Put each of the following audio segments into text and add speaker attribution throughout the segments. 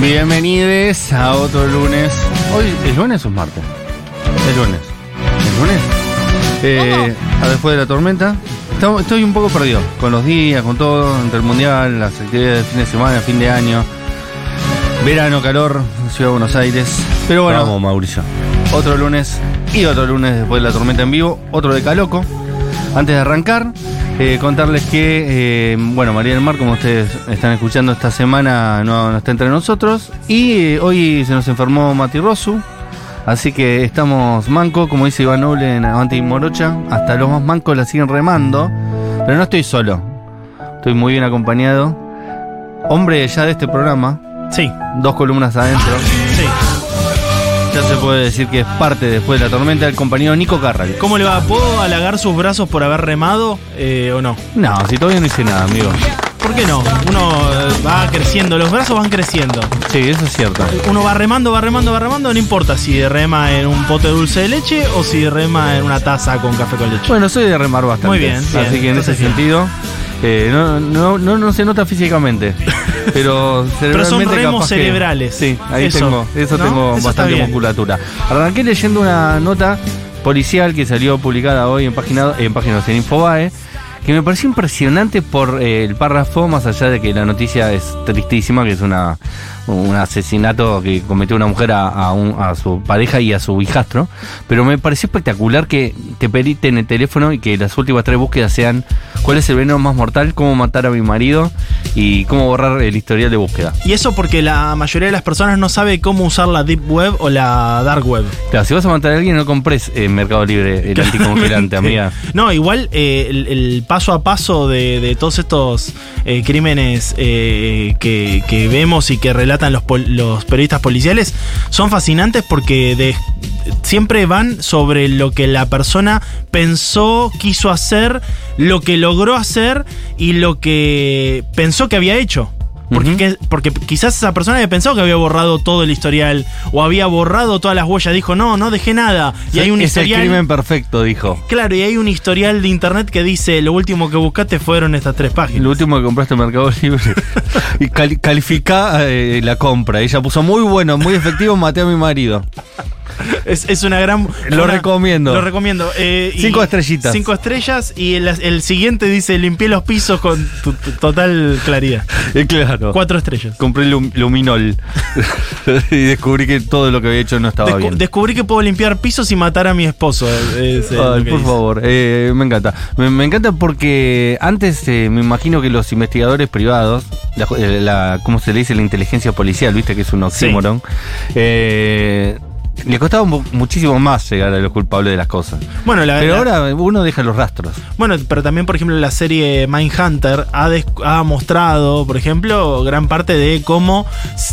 Speaker 1: Bienvenidos a otro lunes. Hoy, ¿es lunes o es martes? Es lunes. ¿Es lunes? Eh, a después de la tormenta. Estamos- Estoy un poco perdido con los días, con todo, entre el mundial, las actividades de fin de semana, fin de año, verano, calor, Ciudad de Buenos Aires. Pero bueno,
Speaker 2: Vamos, Mauricio.
Speaker 1: otro lunes y otro lunes después de la tormenta en vivo, otro de Caloco. Antes de arrancar, eh, contarles que, eh, bueno, María del Mar, como ustedes están escuchando esta semana, no, no está entre nosotros. Y eh, hoy se nos enfermó Mati Rosu, así que estamos manco, como dice Iván Noble en Avanti y Morocha. Hasta los más mancos la siguen remando, pero no estoy solo, estoy muy bien acompañado. Hombre ya de este programa,
Speaker 2: Sí,
Speaker 1: dos columnas adentro.
Speaker 2: sí.
Speaker 1: Ya se puede decir que es parte después de la tormenta del compañero Nico Carral.
Speaker 2: ¿Cómo le va? ¿Puedo halagar sus brazos por haber remado eh, o no?
Speaker 1: No, si todavía no hice nada, amigo.
Speaker 2: ¿Por qué no? Uno eh, va creciendo, los brazos van creciendo.
Speaker 1: Sí, eso es cierto.
Speaker 2: Uno va remando, va remando, va remando, no importa si rema en un pote de dulce de leche o si rema en una taza con café con leche.
Speaker 1: Bueno, soy de remar bastante.
Speaker 2: Muy bien,
Speaker 1: Así
Speaker 2: bien,
Speaker 1: que en ese
Speaker 2: entonces bien.
Speaker 1: sentido, eh, no, no, no, no se nota físicamente. Pero cerebralmente
Speaker 2: Pero son
Speaker 1: capaz
Speaker 2: remos
Speaker 1: que-
Speaker 2: cerebrales.
Speaker 1: sí, ahí
Speaker 2: Eso,
Speaker 1: tengo. Eso
Speaker 2: ¿no?
Speaker 1: tengo
Speaker 2: Eso está
Speaker 1: bastante
Speaker 2: bien.
Speaker 1: musculatura. Arranqué leyendo una nota policial que salió publicada hoy en página, en páginas en Infobae. Que me pareció impresionante por eh, el párrafo, más allá de que la noticia es tristísima, que es una, un asesinato que cometió una mujer a, a un- a su pareja y a su hijastro. Pero me pareció espectacular que te periten el teléfono y que las últimas tres búsquedas sean cuál es el veneno más mortal, cómo matar a mi marido y cómo borrar el historial de búsqueda.
Speaker 2: Y eso porque la mayoría de las personas no sabe cómo usar la deep web o la dark web.
Speaker 1: Claro, si vas a matar a alguien, no compres en Mercado Libre el anticongelante, amiga.
Speaker 2: No, igual eh, el, el paso a paso de, de todos estos eh, crímenes eh, que, que vemos y que relatan los, pol- los periodistas policiales son fascinantes porque de- siempre van sobre lo que la persona pensó, quiso hacer, lo que logró hacer y lo que pensó que había hecho. Porque,
Speaker 1: Ujú.
Speaker 2: que- porque quizás esa persona había pensado que había borrado todo el historial o había borrado todas las huellas. Dijo, no, no dejé nada. Y hay un
Speaker 1: es
Speaker 2: historial.
Speaker 1: el crimen perfecto, dijo.
Speaker 2: Claro, y hay un historial de internet que dice lo último que buscaste fueron estas tres
Speaker 1: Lo
Speaker 2: páginas.
Speaker 1: último que compraste en Mercado Libre. y cali- califica eh, la compra. Ella puso muy bueno, muy efectivo, maté a mi marido.
Speaker 2: Es, es una gran.
Speaker 1: Lo
Speaker 2: una-
Speaker 1: recomiendo.
Speaker 2: Lo recomiendo. Eh, y-
Speaker 1: Cinco estrellitas.
Speaker 2: Cinco estrellas y el, el siguiente dice limpié los pisos con tu- tu- total claridad.
Speaker 1: Eh, claro.
Speaker 2: Cuatro estrellas.
Speaker 1: Compré lum- luminol. y descubrí que todo lo que había hecho no estaba
Speaker 2: Descu-
Speaker 1: bien.
Speaker 2: descubrí que puedo limpiar pisos y matar a mi esposo. eh, es, eh, lo
Speaker 1: Ay,
Speaker 2: que
Speaker 1: por
Speaker 2: dice.
Speaker 1: favor, eh, me encanta. Me, me encanta porque antes eh, me imagino que los investigadores privados, la, eh, la- ¿cómo se le dice? La inteligencia policial, viste que es un oxímoron, eh, le costaba mu- muchísimo más llegar a los culpables de las cosas.
Speaker 2: Bueno, la,
Speaker 1: Pero
Speaker 2: la-
Speaker 1: ahora uno deja los rastros.
Speaker 2: Bueno, pero también, por ejemplo, la serie Mindhunter ha, des- ha mostrado, por ejemplo, gran parte de cómo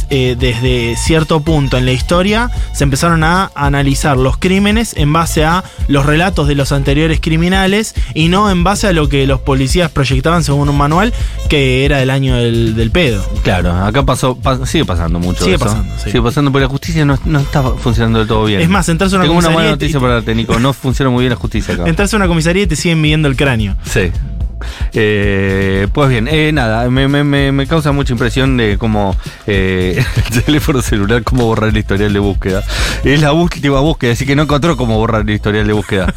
Speaker 2: eh, desde cierto punto en la historia se empezaron a analizar los crímenes en base a los relatos de los anteriores criminales y no en base a lo que los policías proyectaban según un manual que era del año del, del pedo.
Speaker 1: Claro, acá pasó, pa- sigue pasando mucho.
Speaker 2: Sigue
Speaker 1: eso.
Speaker 2: pasando, sí.
Speaker 1: Sigue pasando, pero la justicia no, no está funcionando del todo bien.
Speaker 2: Es más, entras a una
Speaker 1: tengo una
Speaker 2: comisaría
Speaker 1: mala
Speaker 2: y te-
Speaker 1: noticia para darte, Nico. No funciona muy bien la justicia acá.
Speaker 2: Entras a una comisaría y te siguen midiendo el cráneo.
Speaker 1: Sí. Eh, pues bien, eh, nada, me, me- me- me causa mucha impresión de cómo eh, el teléfono celular, cómo borrar el historial de búsqueda. Es la última búsqueda, así que no encontró cómo borrar el historial de búsqueda.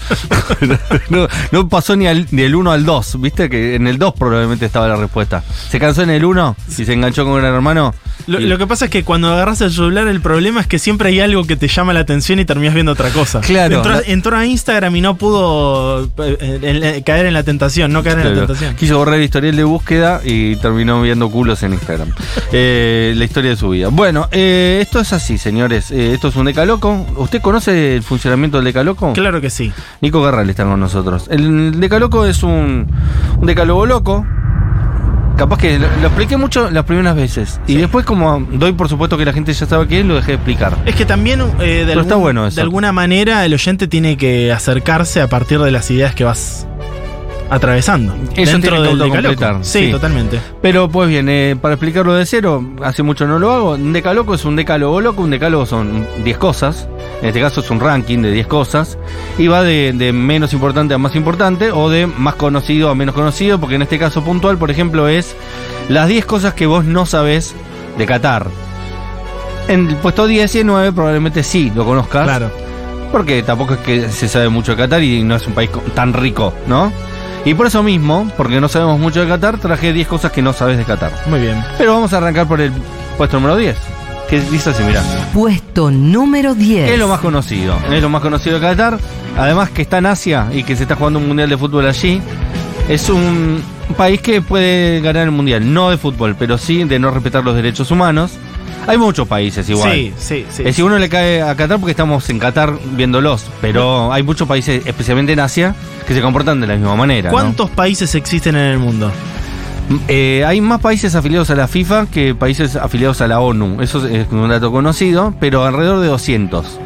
Speaker 1: no, no pasó ni, al- ni del 1 al 2, viste que en el 2 probablemente estaba la respuesta. Se cansó en el 1 y se enganchó con un hermano.
Speaker 2: Lo,
Speaker 1: Y-
Speaker 2: lo que pasa es que cuando agarras el celular, el problema es que siempre hay algo que te llama la atención y terminas viendo otra cosa.
Speaker 1: Claro.
Speaker 2: Entró, entró a Instagram y no pudo eh, en- en- caer en la tentación, no caer en la
Speaker 1: Claro.
Speaker 2: tentación.
Speaker 1: Quiso borrar el historial de búsqueda y terminó viendo culos en Instagram. Eh, la historia de su vida. Bueno, eh, esto es así, señores. Eh, esto es un Decaloco. ¿Usted conoce el funcionamiento del Decaloco?
Speaker 2: Claro que sí.
Speaker 1: Nico Garral está con nosotros. El Decaloco es un, un decálogo loco. Capaz que lo, lo expliqué mucho las primeras veces. Y después, como doy por supuesto que la gente ya sabe qué es, lo dejé de explicar.
Speaker 2: Es que también eh, de,
Speaker 1: Pero está
Speaker 2: algún-
Speaker 1: bueno eso.
Speaker 2: de alguna manera el oyente tiene que acercarse a partir de las ideas que vas atravesando.
Speaker 1: Eso tiene que
Speaker 2: decálogo.
Speaker 1: autocompletar,
Speaker 2: Sí,
Speaker 1: sí.
Speaker 2: totalmente.
Speaker 1: Pero pues bien, eh, para explicarlo de cero, hace mucho no lo hago, un decálogo es un decálogo loco, un decálogo son 10 cosas, en este caso es un ranking de 10 cosas, y va de, de menos importante a más importante, o de más conocido a menos conocido, porque en este caso puntual, por ejemplo, es las 10 cosas que vos no sabés de Qatar. En el puesto 19 probablemente sí lo conozcas.
Speaker 2: Claro.
Speaker 1: Porque tampoco es que se sabe mucho de Qatar y no es un país co- tan rico, ¿no? Y por eso mismo, porque no sabemos mucho de Qatar, traje 10 cosas que no sabes de Qatar.
Speaker 2: Muy bien.
Speaker 1: Pero vamos a arrancar por el puesto número 10. Que dice así, mirá.
Speaker 3: Puesto número 10.
Speaker 1: Es lo más conocido, es lo más conocido de Qatar. Además que está en Asia y que se está jugando un mundial de fútbol allí. Es un país que puede ganar el mundial, no de fútbol, pero sí de no respetar los derechos humanos. Hay muchos países igual.
Speaker 2: Sí, sí, sí.
Speaker 1: Es decir, Eh, uno le cae a Qatar porque estamos en Qatar viéndolos, pero hay muchos países, especialmente en Asia, que se comportan de la misma manera. ¿no?
Speaker 2: ¿Cuántos países existen en el mundo?
Speaker 1: Eh, hay más países afiliados a la FIFA que países afiliados a la ONU. Eso es un dato conocido, pero alrededor de 200.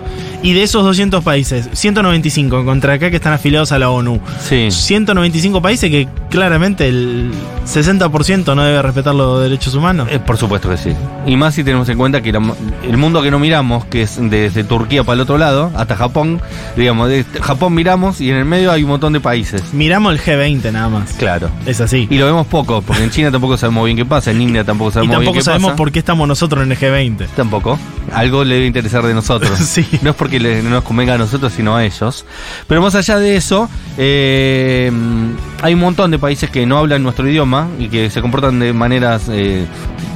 Speaker 2: Y de esos 200 países, 195 contra acá que están afiliados a la ONU.
Speaker 1: Sí.
Speaker 2: 195 países que claramente el 60% no debe respetar los derechos humanos.
Speaker 1: Eh, por supuesto que sí. Y más si tenemos en cuenta que la- el mundo que no miramos, que es desde Turquía para el otro lado, hasta Japón, digamos, de Japón miramos y en el medio hay un montón de países.
Speaker 2: Miramos el G20 nada más.
Speaker 1: Claro.
Speaker 2: Es así.
Speaker 1: Y lo vemos poco, porque en China tampoco sabemos bien qué pasa, en India tampoco
Speaker 2: Y
Speaker 1: sabemos bien
Speaker 2: tampoco
Speaker 1: qué
Speaker 2: sabemos
Speaker 1: pasa.
Speaker 2: por qué estamos nosotros en el G20.
Speaker 1: Tampoco. Algo le debe interesar de nosotros.
Speaker 2: Sí.
Speaker 1: No es porque le- no nos convenga a nosotros, sino a ellos. Pero más allá de eso, eh, hay un montón de países que no hablan nuestro idioma y que se comportan de maneras eh,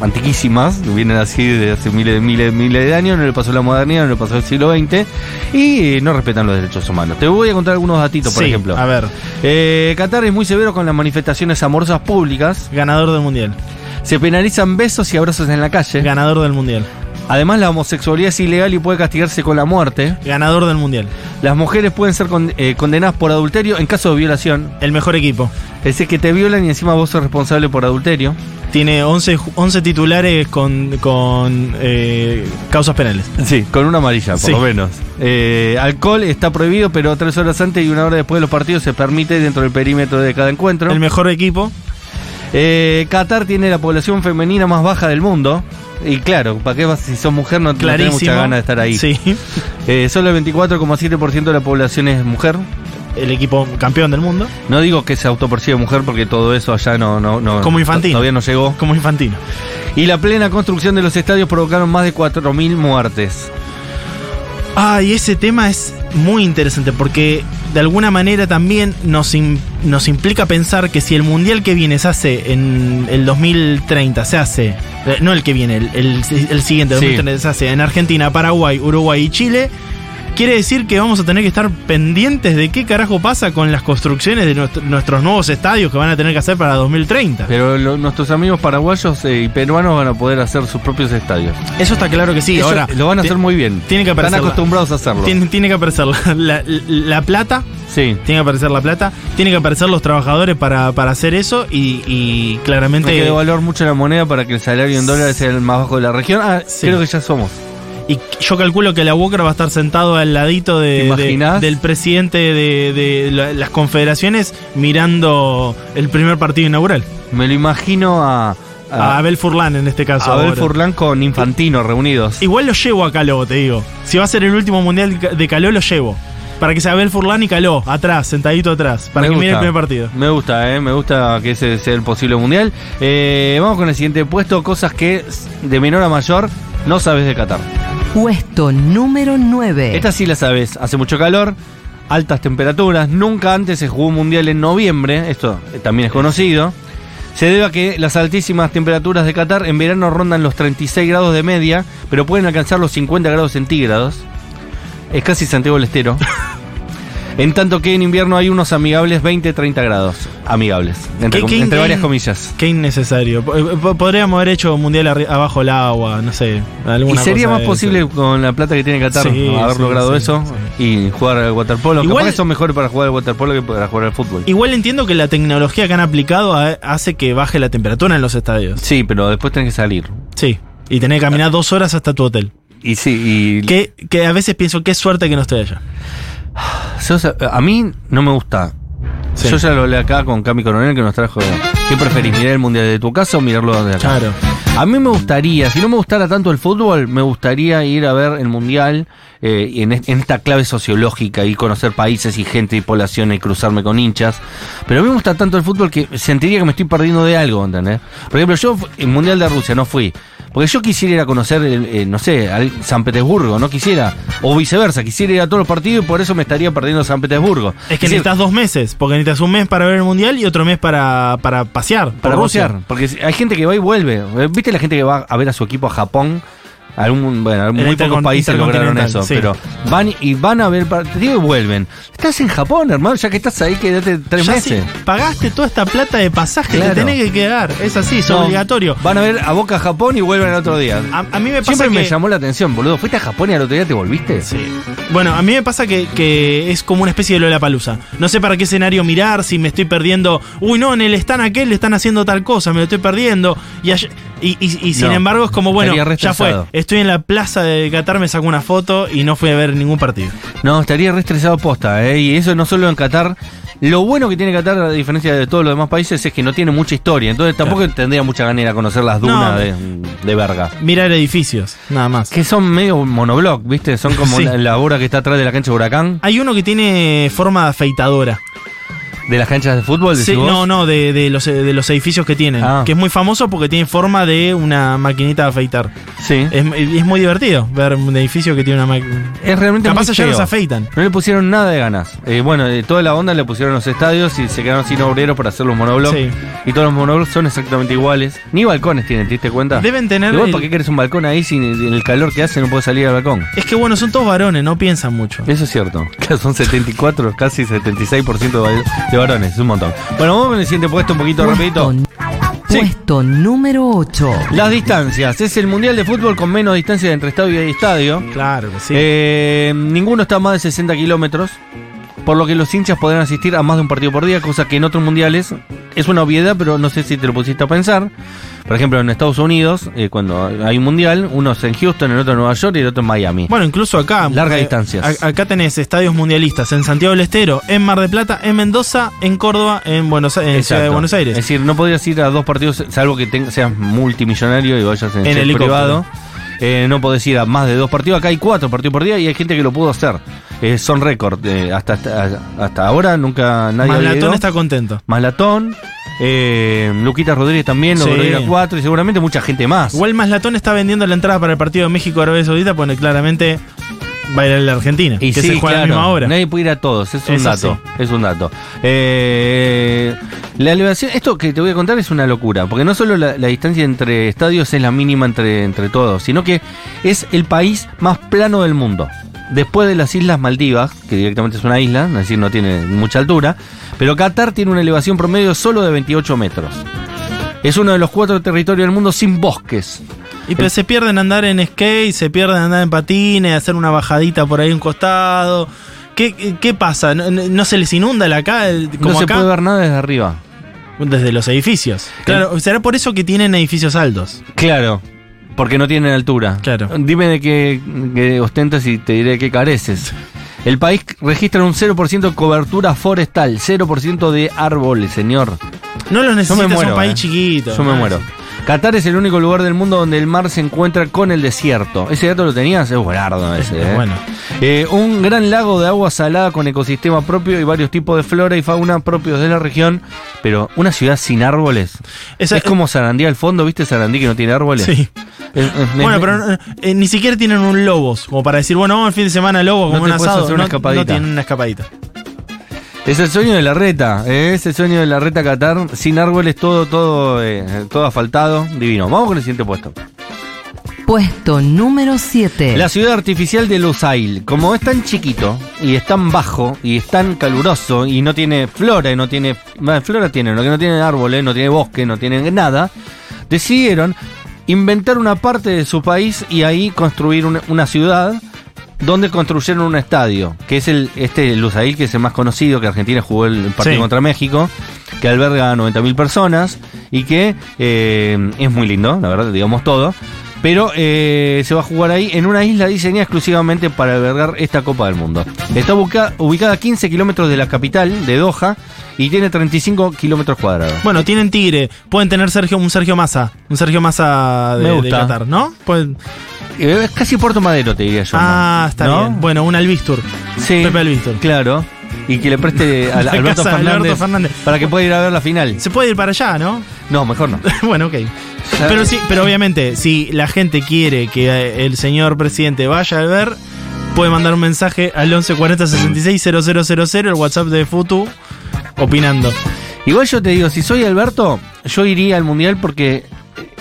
Speaker 1: antiquísimas. Vienen así de hace miles de miles de miles de años. No le pasó la modernidad, no le pasó el siglo XX. Y eh, no respetan los derechos humanos. Te voy a contar algunos datitos, por
Speaker 2: Sí,
Speaker 1: ejemplo.
Speaker 2: A ver,
Speaker 1: Eh, Qatar es muy severo con las manifestaciones amorosas públicas.
Speaker 2: ganador del mundial.
Speaker 1: Se penalizan besos y abrazos en la calle.
Speaker 2: Ganador del mundial.
Speaker 1: Además, la homosexualidad es ilegal y puede castigarse con la muerte.
Speaker 2: Ganador del mundial.
Speaker 1: Las mujeres pueden ser con- eh, condenadas por adulterio en caso de violación.
Speaker 2: El mejor equipo.
Speaker 1: Es decir, que te violan y encima vos sos responsable por adulterio.
Speaker 2: Tiene 11, ju- 11 titulares con, con eh, causas penales.
Speaker 1: Sí, con una amarilla, por
Speaker 2: Sí.
Speaker 1: lo menos. Eh, alcohol está prohibido, pero tres horas antes y una hora después de los partidos se permite dentro del perímetro de cada encuentro.
Speaker 2: El mejor equipo.
Speaker 1: Eh, Qatar tiene la población femenina más baja del mundo. Y claro, ¿para qué vas si sos mujer? No, no tenés
Speaker 2: Clarísimo.
Speaker 1: mucha ganas de estar ahí.
Speaker 2: Sí.
Speaker 1: Eh, solo el 24,7% de la población es mujer.
Speaker 2: El equipo campeón del mundo.
Speaker 1: No digo que se autopercibe mujer porque todo eso allá no, no, no
Speaker 2: Como infantil.
Speaker 1: Todavía no llegó.
Speaker 2: Como infantino.
Speaker 1: Y la plena construcción de los estadios provocaron más de 4.000 muertes.
Speaker 2: Ah, y ese tema es muy interesante porque de alguna manera también nos, im- nos implica pensar que si el mundial que viene se hace en el 2030, se hace, eh, no el que viene, el, el- el siguiente, el
Speaker 1: Sí.
Speaker 2: 2030, se hace en Argentina, Paraguay, Uruguay y Chile, quiere decir que vamos a tener que estar pendientes de qué carajo pasa con las construcciones de nuestro- nuestros nuevos estadios que van a tener que hacer para 2030.
Speaker 1: Pero lo- nuestros amigos paraguayos eh, y peruanos van a poder hacer sus propios estadios.
Speaker 2: Eso está claro que sí,
Speaker 1: Ellos
Speaker 2: ahora
Speaker 1: lo van a
Speaker 2: ti-
Speaker 1: hacer muy bien.
Speaker 2: tiene que
Speaker 1: Están
Speaker 2: aparecer la-
Speaker 1: acostumbrados a hacerlo.
Speaker 2: Tiene, tiene que aparecer la- la- la plata,
Speaker 1: Sí.
Speaker 2: Tiene que aparecer la plata, tiene que aparecer los trabajadores para, para hacer eso y, y
Speaker 1: Hay que
Speaker 2: claramente...
Speaker 1: devaluar mucho la moneda para que el salario en dólares sea el más bajo de la región. Ah,
Speaker 2: Sí.
Speaker 1: creo que ya somos.
Speaker 2: Y yo calculo que la Walker va a estar sentado al ladito de-
Speaker 1: ¿Te
Speaker 2: de-
Speaker 1: imaginas?
Speaker 2: del presidente de, de la- las confederaciones mirando el primer partido inaugural.
Speaker 1: Me lo imagino a, a,
Speaker 2: a Abel Furlan en este caso.
Speaker 1: a Ah. Abel
Speaker 2: ahora.
Speaker 1: Furlan con Infantino reunidos.
Speaker 2: Igual lo llevo a Caló, te digo. Si va a ser el último mundial de Caló, lo llevo. Para que sea Abel Furlan y Caló, atrás, sentadito atrás, para que mire el primer partido.
Speaker 1: Me gusta, eh, me gusta que ese sea el posible mundial. Eh, vamos con el siguiente puesto, cosas que de menor a mayor no sabes de Qatar.
Speaker 3: Puesto número 9.
Speaker 1: Esta sí la sabes, hace mucho calor, altas temperaturas, nunca antes se jugó un mundial en noviembre, esto eh, también es conocido. Se debe a que las altísimas temperaturas de Qatar en verano rondan los 36 grados de media, pero pueden alcanzar los 50 grados centígrados. Es casi Santiago del Estero. En tanto que en invierno hay unos amigables 20-30 grados. Amigables. Entre,
Speaker 2: ¿Qué-
Speaker 1: com-
Speaker 2: qué-
Speaker 1: entre
Speaker 2: qué-
Speaker 1: varias comillas.
Speaker 2: Qué innecesario. Po- po- Podríamos haber hecho mundial arri- abajo el agua, no sé.
Speaker 1: Y
Speaker 2: Alguna
Speaker 1: sería
Speaker 2: cosa
Speaker 1: más
Speaker 2: de
Speaker 1: posible
Speaker 2: eso.
Speaker 1: con la plata que tiene Qatar
Speaker 2: Sí,
Speaker 1: haber
Speaker 2: sí,
Speaker 1: logrado
Speaker 2: sí,
Speaker 1: eso y jugar al waterpolo.
Speaker 2: Igual-
Speaker 1: Capaz que son mejores para jugar al waterpolo que para jugar al fútbol.
Speaker 2: Igual entiendo que la tecnología que han aplicado a- hace que baje la temperatura en los estadios.
Speaker 1: Sí, pero después tenés que salir.
Speaker 2: Sí. Y tener que caminar dos horas hasta tu hotel.
Speaker 1: Y sí, y
Speaker 2: Que, que a veces pienso, qué suerte que no estoy allá.
Speaker 1: sos- a mí no me gusta.
Speaker 2: Sí.
Speaker 1: Yo ya lo hablé acá con Cami Coronel que nos trajo. ¿Qué preferís, mirar el mundial de tu casa o mirarlo desde acá?
Speaker 2: Claro.
Speaker 1: A mí me gustaría, si no me gustara tanto el fútbol, me gustaría ir a ver el mundial eh, y en, es- en esta clave sociológica y conocer países y gente y poblaciones y cruzarme con hinchas. Pero a mí me gusta tanto el fútbol que sentiría que me estoy perdiendo de algo, ¿entendés? Por ejemplo, yo fu- el mundial de Rusia no fui, Porque yo quisiera ir a conocer, eh, eh, no sé, al San Petersburgo, no quisiera. O viceversa, quisiera ir a todos los partidos y por eso me estaría perdiendo San Petersburgo.
Speaker 2: Es que
Speaker 1: Es decir,
Speaker 2: necesitas dos meses, porque necesitas un mes para ver el mundial y otro mes para, para pasear. por
Speaker 1: Para
Speaker 2: Rusia.
Speaker 1: bucear, porque hay gente que va y vuelve. Eh, ¿Viste la gente que va a ver a su equipo a Japón? Algún, bueno, muy pocos
Speaker 2: intercon-
Speaker 1: países lograron
Speaker 2: intercontinental,
Speaker 1: eso,
Speaker 2: sí.
Speaker 1: pero van y van a ver el partido y vuelven. Estás en Japón, hermano, ya que estás ahí, quédate tres
Speaker 2: Ya
Speaker 1: meses.
Speaker 2: si pagaste toda esta plata de pasaje,
Speaker 1: Claro.
Speaker 2: te tenés que quedar. Es así, es
Speaker 1: No,
Speaker 2: obligatorio.
Speaker 1: Van a ver a Boca Japón y vuelven al otro día.
Speaker 2: A, a mí me pasa
Speaker 1: Siempre me
Speaker 2: que-
Speaker 1: llamó la atención, boludo. Fuiste a Japón y al otro día te volviste.
Speaker 2: Sí. Bueno, a mí me pasa que, que es como una especie de la palusa. No sé para qué escenario mirar, si me estoy perdiendo. Uy, no, en el están aquel le están haciendo tal cosa, me lo estoy perdiendo. Y, ayer- y, y- y sin
Speaker 1: No,
Speaker 2: embargo es como, bueno,
Speaker 1: estaría re
Speaker 2: ya fue.
Speaker 1: estresado.
Speaker 2: Estoy en la plaza de Qatar, me saco una foto y no fui a ver ningún partido.
Speaker 1: No, estaría re estresado posta, ¿eh? Y eso no solo en Qatar. Lo bueno que tiene Qatar, a diferencia de todos los demás países, es que no tiene mucha historia. Entonces tampoco tendría mucha gana de ir a conocer las dunas
Speaker 2: No.
Speaker 1: de, de verga.
Speaker 2: Mirar edificios, nada más.
Speaker 1: Que son medio monobloc, ¿viste? Son como
Speaker 2: Sí.
Speaker 1: la, la obra que está atrás de la cancha de Huracán,
Speaker 2: Hay uno que tiene forma de afeitadora.
Speaker 1: de las canchas de fútbol, decís
Speaker 2: Sí,
Speaker 1: vos.
Speaker 2: no, no, de, de los, de los edificios que tienen.
Speaker 1: Ah.
Speaker 2: Que es muy famoso porque tiene forma de una maquinita de afeitar.
Speaker 1: Sí.
Speaker 2: Es, es muy divertido ver un edificio que tiene una máquina.
Speaker 1: Es realmente
Speaker 2: Capaz
Speaker 1: muy
Speaker 2: allá
Speaker 1: feo.
Speaker 2: los afeitan.
Speaker 1: No le pusieron nada de ganas. Eh, bueno, eh, toda la onda le pusieron los estadios y se quedaron sin obreros para hacer los monoblocks.
Speaker 2: Sí.
Speaker 1: Y todos los monoblocks son exactamente iguales. Ni balcones tienen, ¿te diste cuenta?
Speaker 2: Deben tener.
Speaker 1: Igual,
Speaker 2: el-
Speaker 1: ¿para qué querés un balcón ahí sin el el calor que hace no puedes salir al balcón?
Speaker 2: Es que bueno, son todos varones, no piensan mucho.
Speaker 1: Eso es cierto. Claro, Son 74, casi 76% de val- de varones, es un montón. Bueno, vamos con el siguiente puesto un poquito
Speaker 3: Puesto,
Speaker 1: rapidito. Sí.
Speaker 3: puesto número 8.
Speaker 1: Las distancias. Es el mundial de fútbol con menos distancia entre estadio y estadio.
Speaker 2: Claro que sí.
Speaker 1: Eh, ninguno está a más de 60 kilómetros. Por lo que los hinchas podrán asistir a más de un partido por día, cosa que en otros mundiales es una obviedad, pero no sé si te lo pusiste a pensar. Por ejemplo, en Estados Unidos, eh, cuando hay un mundial, uno es en Houston, el otro en Nueva York y el otro en Miami.
Speaker 2: bueno, incluso acá.
Speaker 1: Larga
Speaker 2: eh,
Speaker 1: distancias.
Speaker 2: a- acá tenés estadios mundialistas en Santiago del Estero, en Mar del Plata, en Mendoza, en Córdoba, en Buenos Aires, en Ciudad de
Speaker 1: Exacto.
Speaker 2: Buenos
Speaker 1: Es
Speaker 2: Aires.
Speaker 1: decir, no podrías ir a dos partidos, salvo que ten- seas multimillonario y vayas en,
Speaker 2: En
Speaker 1: jet
Speaker 2: helicóptero.
Speaker 1: privado. Eh, no podés ir a más de dos partidos. Acá hay cuatro partidos por día y hay gente que lo pudo hacer. Eh, son récord. Eh, hasta, hasta, hasta ahora nunca nadie había
Speaker 2: Malatón
Speaker 1: ido.
Speaker 2: está contento.
Speaker 1: Maslatón, eh, Luquita Rodríguez también logró
Speaker 2: Sí.
Speaker 1: ir a cuatro y seguramente mucha gente más.
Speaker 2: Igual Maslatón está vendiendo la entrada para el partido de México-Arabia Saudita, porque claramente va a ir a la Argentina,
Speaker 1: Y
Speaker 2: que
Speaker 1: sí,
Speaker 2: se juega a la
Speaker 1: claro,
Speaker 2: misma hora.
Speaker 1: Nadie puede ir a todos, es un
Speaker 2: Eso
Speaker 1: dato. Es un dato. Eh, la elevación, esto que te voy a contar es una locura, porque no solo la, la distancia entre estadios es la mínima entre, entre todos, sino que es el país más plano del mundo. Después de las Islas Maldivas, que directamente es una isla, es decir, no tiene mucha altura, pero Qatar tiene una elevación promedio solo de 28 metros. Es uno de los cuatro territorios del mundo sin bosques.
Speaker 2: Y pues se pierden andar en skate, se pierden andar en patines, hacer una bajadita por ahí a un costado. ¿Qué, qué- qué pasa? ¿No, no- no se les inunda la acá? el- Como
Speaker 1: no se
Speaker 2: acá,
Speaker 1: puede ver nada desde arriba.
Speaker 2: desde los edificios. Claro, será por eso que tienen edificios altos.
Speaker 1: Claro. Porque no tienen altura.
Speaker 2: Claro.
Speaker 1: Dime de qué, qué ostentas y te diré de qué careces. El país registra un 0% de cobertura forestal, 0% de árboles, señor.
Speaker 2: No los necesitas,
Speaker 1: muero,
Speaker 2: un país
Speaker 1: eh.
Speaker 2: chiquito.
Speaker 1: Yo me
Speaker 2: Ah,
Speaker 1: muero. Qatar es el único lugar del mundo donde el mar se encuentra con el desierto. ¿Ese dato lo tenías? Es buenardo ese, ¿eh?
Speaker 2: Bueno.
Speaker 1: Eh, un gran lago de agua salada con ecosistema propio y varios tipos de flora y fauna propios de la región. Pero una ciudad sin árboles.
Speaker 2: Esa- eh,
Speaker 1: es como Sarandí al fondo, ¿viste Sarandí que no tiene árboles?
Speaker 2: Sí.
Speaker 1: Es- es-
Speaker 2: Bueno,
Speaker 1: es-
Speaker 2: pero eh, eh, ni siquiera tienen un lobos, como para decir, bueno, vamos el fin de semana lobo, como
Speaker 1: No
Speaker 2: un
Speaker 1: te puedes
Speaker 2: asado.
Speaker 1: hacer una
Speaker 2: no,
Speaker 1: escapadita.
Speaker 2: no tienen una escapadita.
Speaker 1: Es el sueño de la reta, ¿eh? es el sueño de la reta Qatar, sin árboles, todo, todo, eh, todo asfaltado, divino. Vamos con el siguiente puesto.
Speaker 3: Puesto número 7.
Speaker 1: La ciudad artificial de Lusail, como es tan chiquito y es tan bajo y es tan caluroso y no tiene flora y no tiene... bueno, flora tiene, lo que no tiene árboles, no tiene bosque, no tiene nada, decidieron inventar una parte de su país y ahí construir una, una ciudad donde construyeron un estadio, que es el este Lusail, que es el más conocido, que Argentina jugó el partido
Speaker 2: Sí.
Speaker 1: contra México, que alberga 90.000 personas y que eh, es muy lindo, la verdad, digamos todo. Pero eh, se va a jugar ahí en una isla diseñada exclusivamente para albergar esta Copa del Mundo. Está buca- ubicada a 15 kilómetros de la capital, de Doha, y tiene 35 kilómetros cuadrados.
Speaker 2: Bueno, tienen Tigre, pueden tener Sergio, un Sergio Massa, un Sergio Massa de,
Speaker 1: Me
Speaker 2: de
Speaker 1: gusta.
Speaker 2: Qatar, ¿no? Pueden-
Speaker 1: Eh, Es casi Puerto Madero, te diría yo.
Speaker 2: ah,
Speaker 1: ¿no?
Speaker 2: está
Speaker 1: ¿No?
Speaker 2: bien. Bueno, un Albistur.
Speaker 1: Sí,
Speaker 2: Pepe Albistur.
Speaker 1: Claro. y que le preste a
Speaker 2: La
Speaker 1: Alberto,
Speaker 2: casa de
Speaker 1: Fernández
Speaker 2: Alberto Fernández.
Speaker 1: para que pueda ir a ver la final.
Speaker 2: Se puede ir para allá, ¿no?
Speaker 1: No, mejor no.
Speaker 2: bueno, ok. Pero sí, pero obviamente, si la gente quiere que eh, el señor presidente vaya a ver, puede mandar un mensaje al 1140 66 000, el WhatsApp de Futu, opinando.
Speaker 1: Igual yo te digo, si soy Alberto, yo iría al mundial porque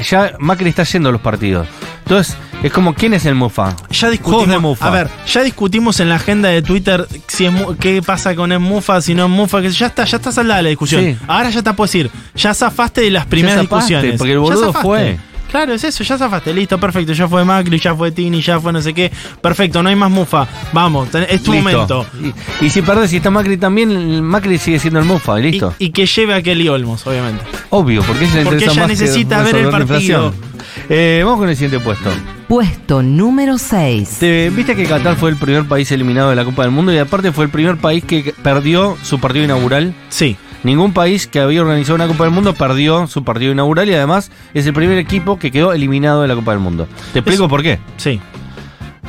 Speaker 1: ya Macri está yendo a los partidos. Entonces, es como quién es el Mufa.
Speaker 2: Ya
Speaker 1: Juegos de
Speaker 2: discutimos,
Speaker 1: Mufa.
Speaker 2: a ver, ya discutimos en la agenda de Twitter si es mu- qué pasa con el Mufa, si no es Mufa, que ya está, ya está saldada la discusión.
Speaker 1: Sí.
Speaker 2: Ahora ya te puedes ir. Ya zafaste de las primeras
Speaker 1: zafaste,
Speaker 2: discusiones.
Speaker 1: porque el
Speaker 2: Ya
Speaker 1: boludo
Speaker 2: zafaste.
Speaker 1: fue.
Speaker 2: Claro, es eso, ya zafaste, listo, perfecto, ya fue Macri, ya fue Tini, ya fue no sé qué, perfecto, no hay más mufa, vamos, ten- es tu
Speaker 1: Listo.
Speaker 2: momento.
Speaker 1: Y, y si perdés, si está Macri también, el Macri sigue siendo el Mufa, y listo.
Speaker 2: Y, y que lleve a Kelly Olmos, obviamente.
Speaker 1: Obvio, porque ella, le
Speaker 2: Porque
Speaker 1: interesa
Speaker 2: ella
Speaker 1: más que
Speaker 2: necesita ver el
Speaker 1: resolver la
Speaker 2: partido.
Speaker 1: inflación. Eh, vamos con el siguiente puesto.
Speaker 3: Puesto número 6.
Speaker 1: Te- Viste que Qatar fue el primer país eliminado de la Copa del Mundo y aparte fue el primer país que perdió su partido inaugural.
Speaker 2: Sí,
Speaker 1: Ningún país que había organizado una Copa del Mundo perdió su partido inaugural y además es el primer equipo que quedó eliminado de la Copa del Mundo. Te explico por qué.
Speaker 2: sí.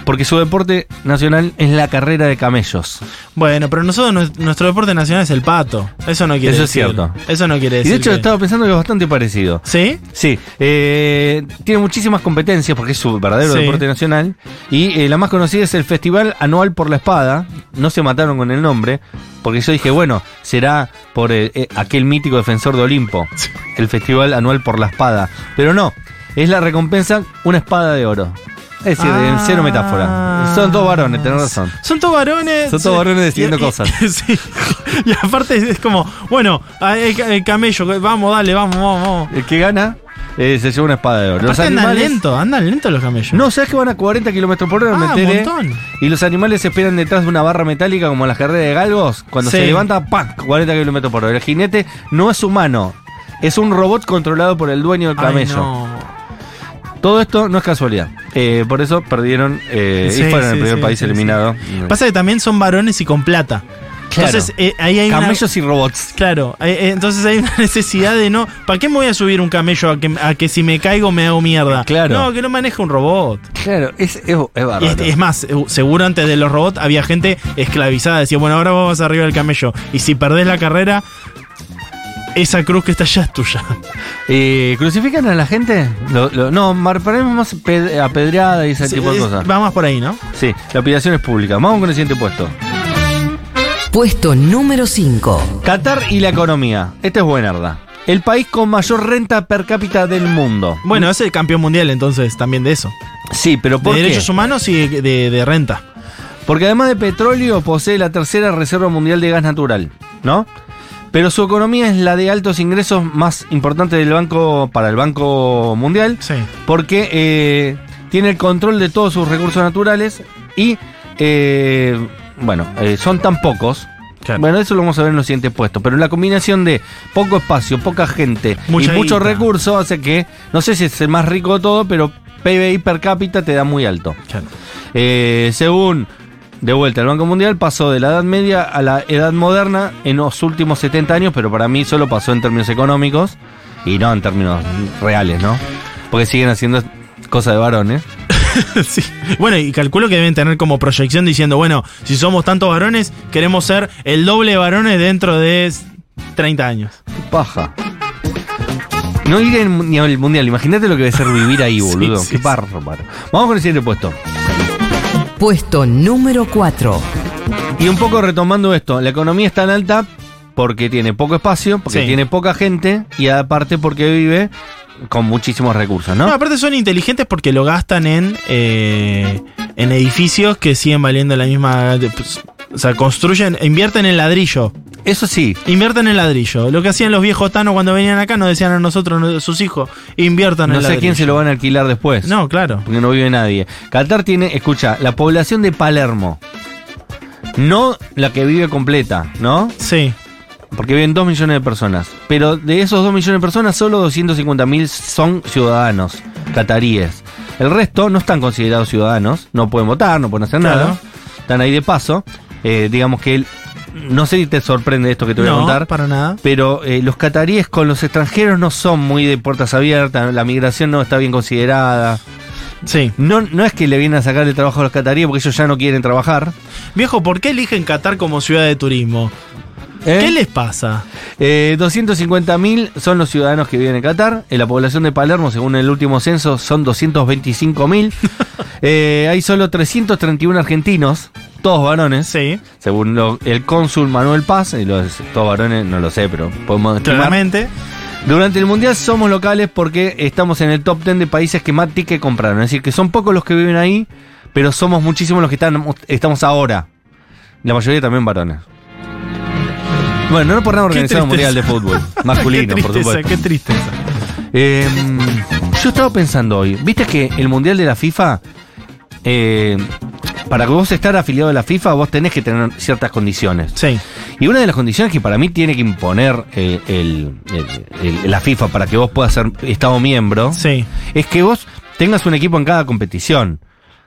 Speaker 1: Porque su deporte nacional es la carrera de camellos.
Speaker 2: Bueno, pero nosotros, nues- nuestro deporte nacional es el pato. Eso no quiere
Speaker 1: Eso es
Speaker 2: decir.
Speaker 1: cierto.
Speaker 2: Eso no quiere
Speaker 1: Y
Speaker 2: decir.
Speaker 1: de hecho
Speaker 2: que-
Speaker 1: estaba pensando que es bastante parecido.
Speaker 2: ¿Sí?
Speaker 1: Sí, eh, tiene muchísimas competencias porque es su verdadero
Speaker 2: Sí.
Speaker 1: deporte nacional. Y eh, la más conocida es el Festival Anual por la Espada. No se mataron con el nombre, porque yo dije, bueno, será por eh, eh, aquel mítico defensor de Olimpo, el Festival Anual por la Espada. Pero no, es la recompensa una espada de oro. Es decir, en
Speaker 2: Ah.
Speaker 1: cero metáfora. Son dos varones, tenés razón.
Speaker 2: Son todos varones.
Speaker 1: Son todos varones
Speaker 2: Y-
Speaker 1: decidiendo
Speaker 2: y-
Speaker 1: cosas.
Speaker 2: sí. Y aparte es como, bueno, ah, el, ca- el camello, vamos, dale, vamos, vamos, vamos.
Speaker 1: El que gana eh, se lleva una espada de oro. Los
Speaker 2: Aparte andan
Speaker 1: animales-
Speaker 2: lento, andan lento los camellos.
Speaker 1: No, sabes que van a 40 kilómetros por hora,
Speaker 2: Ah,
Speaker 1: me
Speaker 2: un
Speaker 1: enteré.
Speaker 2: montón.
Speaker 1: Y los animales se esperan detrás de una barra metálica como en las carreras de galgos. Cuando
Speaker 2: Sí.
Speaker 1: se levanta, ¡pam! 40 kilómetros por hora. El jinete no es humano. Es un robot controlado por el dueño del
Speaker 2: Ay,
Speaker 1: camello.
Speaker 2: no.
Speaker 1: Todo esto no es casualidad. Eh, por eso perdieron eh,
Speaker 2: Sí,
Speaker 1: y fueron
Speaker 2: sí,
Speaker 1: el primer
Speaker 2: sí,
Speaker 1: país
Speaker 2: sí,
Speaker 1: eliminado.
Speaker 2: Pasa que también son varones y con plata.
Speaker 1: Claro.
Speaker 2: Entonces, eh, ahí hay una-
Speaker 1: Camellos y robots.
Speaker 2: Claro, eh, eh, entonces hay una necesidad de no. ¿Para qué me voy a subir un camello a que, a que si me caigo me hago mierda?
Speaker 1: Claro.
Speaker 2: No, que lo maneja un robot.
Speaker 1: Claro, es, es, es
Speaker 2: Y
Speaker 1: bárbaro.
Speaker 2: Es, es más, eh, seguro antes de los robots había gente esclavizada. Decía, bueno, ahora vos vas arriba del camello. Y si perdés la carrera, esa cruz que está allá es tuya.
Speaker 1: Eh, ¿Crucifican a la gente? Lo- lo- no, mar- ponemos más pe- apedreada y ese tipo de
Speaker 2: Es-
Speaker 1: cosas.
Speaker 2: Va más por ahí, ¿no?
Speaker 1: Sí, la operación es pública. Vamos con el siguiente puesto.
Speaker 3: Puesto número 5.
Speaker 1: Qatar y la economía. Esta es buenarda. El país con mayor renta per cápita del mundo.
Speaker 2: Bueno, es el campeón mundial entonces también de eso.
Speaker 1: Sí, pero
Speaker 2: De
Speaker 1: Mm. ¿por qué?
Speaker 2: derechos humanos y de, de renta.
Speaker 1: Porque además de petróleo posee la tercera reserva mundial de gas natural, ¿no? Pero su economía es la de altos ingresos más importante del banco para el Banco Mundial,
Speaker 2: Sí.
Speaker 1: porque eh, tiene el control de todos sus recursos naturales y eh, bueno, eh, son tan pocos.
Speaker 2: Claro.
Speaker 1: Bueno, eso lo vamos a ver en los siguientes puestos. Pero la combinación de poco espacio, poca gente
Speaker 2: Mucha
Speaker 1: y muchos
Speaker 2: guita.
Speaker 1: recursos hace que, no sé si es el más rico de todo, pero PBI per cápita te da muy alto.
Speaker 2: Claro.
Speaker 1: Eh, según, de vuelta, el Banco Mundial pasó de la Edad Media a la Edad Moderna en los últimos 70 años, pero para mí solo pasó en términos económicos y no en términos reales, ¿no? Porque siguen haciendo cosas de varones.
Speaker 2: Sí. Bueno, y calculo que deben tener como proyección diciendo, bueno, si somos tantos varones, queremos ser el doble de varones dentro de 30 años.
Speaker 1: Qué Paja. No ir en- ni al mundial, imagínate lo que debe ser vivir ahí,
Speaker 2: Sí,
Speaker 1: boludo.
Speaker 2: sí,
Speaker 1: Qué
Speaker 2: sí.
Speaker 1: bárbaro. Vamos con el siguiente puesto.
Speaker 3: Puesto número 4.
Speaker 1: Y un poco retomando esto, la economía es tan alta porque tiene poco espacio, porque
Speaker 2: Sí.
Speaker 1: tiene poca gente y aparte porque vive con muchísimos recursos, ¿no?
Speaker 2: No, aparte son inteligentes porque lo gastan en, eh, en edificios que siguen valiendo la misma. de- pues, O sea, construyen, invierten en ladrillo.
Speaker 1: Eso sí,
Speaker 2: Invierten en ladrillo. Lo que hacían los viejos tanos cuando venían acá nos decían a nosotros, no- sus hijos, inviertan
Speaker 1: no
Speaker 2: en
Speaker 1: sé a
Speaker 2: ladrillo.
Speaker 1: quién se lo van a alquilar después.
Speaker 2: No, claro.
Speaker 1: Porque no vive nadie. Qatar tiene, escucha, la población de Palermo. No la que vive completa, ¿no?
Speaker 2: Sí.
Speaker 1: Porque viven 2 millones de personas. Pero de esos 2 millones de personas, solo 250.000 son ciudadanos cataríes. El resto no están considerados ciudadanos, no pueden votar, no pueden hacer
Speaker 2: Claro.
Speaker 1: nada. Están ahí de paso. Eh, digamos que el- no sé si te sorprende esto que te voy a
Speaker 2: no,
Speaker 1: contar.
Speaker 2: para nada.
Speaker 1: Pero eh, los cataríes con los extranjeros no son muy de puertas abiertas, la migración no está bien considerada.
Speaker 2: Sí.
Speaker 1: No, no es que le vienen a sacar el trabajo a los cataríes porque ellos ya no quieren trabajar.
Speaker 2: Viejo, ¿por qué eligen Qatar como ciudad de turismo?
Speaker 1: ¿eh?
Speaker 2: ¿Qué les pasa?
Speaker 1: Eh, 250.000 son los ciudadanos que viven en Qatar. En la población de Palermo, según el último censo, son 225.000. Eh, hay solo 331 argentinos, todos varones.
Speaker 2: Sí,
Speaker 1: Según lo- el cónsul Manuel Paz, y los, todos varones, no lo sé, pero podemos estimar.
Speaker 2: claramente.
Speaker 1: Durante el Mundial somos locales porque estamos en el top 10 de países que más tickets compraron. Es decir, que son pocos los que viven ahí, pero somos muchísimos los que están, estamos ahora. La mayoría también varones. Bueno, no por nada
Speaker 2: Qué
Speaker 1: organizado un Mundial de
Speaker 2: tristeza.
Speaker 1: Fútbol. Masculino,
Speaker 2: qué
Speaker 1: por
Speaker 2: tristeza,
Speaker 1: supuesto.
Speaker 2: Qué tristeza.
Speaker 1: Eh, yo estaba pensando hoy, ¿viste que el Mundial de la FIFA, eh, para que vos estar afiliado a la FIFA, vos tenés que tener ciertas condiciones?
Speaker 2: Sí,
Speaker 1: Y una de las condiciones que para mí tiene que imponer eh, el- el- el- la FIFA para que vos puedas ser Estado miembro
Speaker 2: sí,
Speaker 1: es que vos tengas un equipo en cada competición.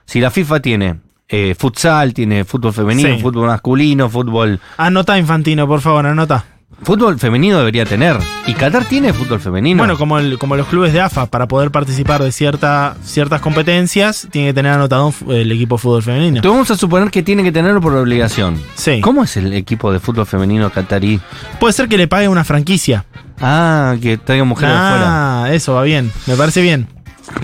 Speaker 1: Si la FIFA tiene eh, futsal, tiene fútbol femenino,
Speaker 2: Sí.
Speaker 1: fútbol masculino, fútbol.
Speaker 2: Anota, Infantino, por favor, anota.
Speaker 1: Fútbol femenino debería tener. Y Qatar tiene fútbol femenino.
Speaker 2: Bueno, como, el- como los clubes de AFA, para poder participar de cierta, ciertas competencias, tiene que tener anotado un fu- el equipo de fútbol femenino.
Speaker 1: Entonces vamos a suponer que tiene que tenerlo por obligación.
Speaker 2: Sí.
Speaker 1: ¿Cómo es el equipo de fútbol femenino catarí?
Speaker 2: Puede ser que le pague una franquicia.
Speaker 1: Ah, que traiga mujeres de afuera.
Speaker 2: ah, eso va bien, me parece bien.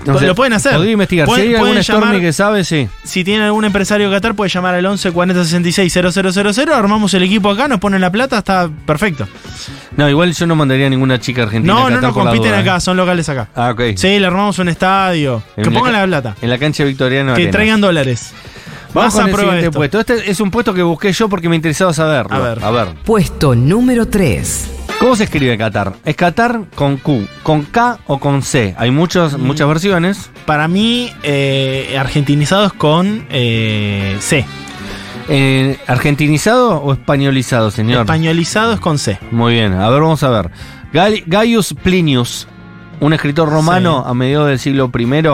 Speaker 1: No sé,
Speaker 2: lo pueden hacer.
Speaker 1: Podría investigar.
Speaker 2: Pueden-
Speaker 1: si hay algún
Speaker 2: pueden
Speaker 1: Stormy
Speaker 2: llamar-
Speaker 1: que sabe, sí.
Speaker 2: Si tiene algún empresario de Qatar, puede llamar al 11 40 66 0000, armamos el equipo acá, nos ponen la plata, está perfecto.
Speaker 1: No, igual yo no mandaría a ninguna chica argentina. a
Speaker 2: No, no,
Speaker 1: Qatar
Speaker 2: no
Speaker 1: por la
Speaker 2: compiten
Speaker 1: duda,
Speaker 2: acá,
Speaker 1: ¿eh?
Speaker 2: son locales acá.
Speaker 1: Ah, ok.
Speaker 2: Sí, le armamos un estadio.
Speaker 1: En
Speaker 2: Que
Speaker 1: la
Speaker 2: pongan
Speaker 1: ca-
Speaker 2: la plata.
Speaker 1: En la cancha victoriana.
Speaker 2: Que
Speaker 1: Atenas.
Speaker 2: traigan dólares.
Speaker 1: Vamos
Speaker 2: Más
Speaker 1: con
Speaker 2: a
Speaker 1: el
Speaker 2: prueba
Speaker 1: siguiente
Speaker 2: esto.
Speaker 1: puesto. Este es un puesto que busqué yo porque me interesaba saberlo.
Speaker 2: A ver.
Speaker 1: A ver.
Speaker 3: Puesto número 3.
Speaker 1: ¿Cómo se escribe Qatar? ¿Es Qatar con Q? ¿Con K o con C? Hay muchos,
Speaker 2: Mm.
Speaker 1: muchas versiones.
Speaker 2: Para mí, eh, argentinizados con eh, C.
Speaker 1: Eh, ¿Argentinizado o españolizado, señor?
Speaker 2: Españolizados con C.
Speaker 1: Muy bien. A ver, vamos a ver. Gal- Gaius Plinius, un escritor romano a mediados del siglo I,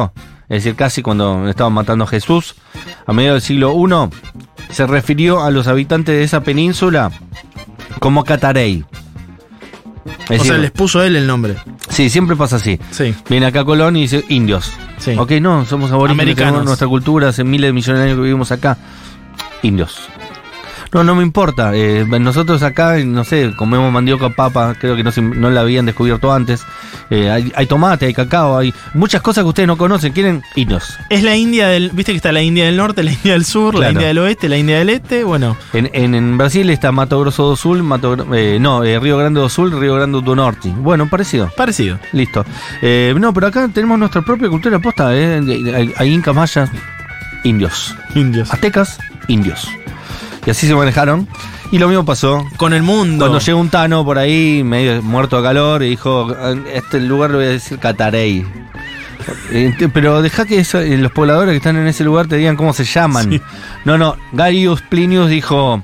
Speaker 1: es decir, casi cuando estaban matando a Jesús, a mediados del siglo I, se refirió a los habitantes de esa península como Catarei.
Speaker 2: O sea, les puso él el nombre.
Speaker 1: Sí, siempre pasa así.
Speaker 2: Sí.
Speaker 1: Viene acá Colón y dice indios.
Speaker 2: Sí.
Speaker 1: Ok, no, somos aborígenes,
Speaker 2: Americanos.
Speaker 1: tenemos nuestra cultura, hace miles de millones de años que vivimos acá. Indios. No, no me importa. eh, nosotros acá, no sé, comemos mandioca, papa, creo que no, se- no la habían descubierto antes. Eh, hay, hay tomate, hay cacao, hay muchas cosas que ustedes no conocen. Quieren indios.
Speaker 2: Es la India del. Viste que está la India del norte, la India del sur, la
Speaker 1: Claro.
Speaker 2: India del oeste, la India del este. Bueno,
Speaker 1: En, en- en Brasil está Mato Grosso do Sul, Mato, Gr- eh, no, eh, Río Grande do Sul, Río Grande do Norte. Bueno, parecido.
Speaker 2: parecido.
Speaker 1: Listo. Eh, no, pero acá tenemos nuestra propia cultura posta. eh. Hay, hay incas mayas, indios.
Speaker 2: Indios.
Speaker 1: Aztecas, indios. Y así se manejaron. Y lo mismo pasó.
Speaker 2: Con el mundo.
Speaker 1: Cuando llegó un Tano por ahí, medio muerto de calor, y dijo, este lugar lo voy a decir Catarey. Eh, te- Pero deja que eso- eh, los pobladores que están en ese lugar te digan cómo se llaman.
Speaker 2: Sí.
Speaker 1: No, no, Gaius Plinius dijo,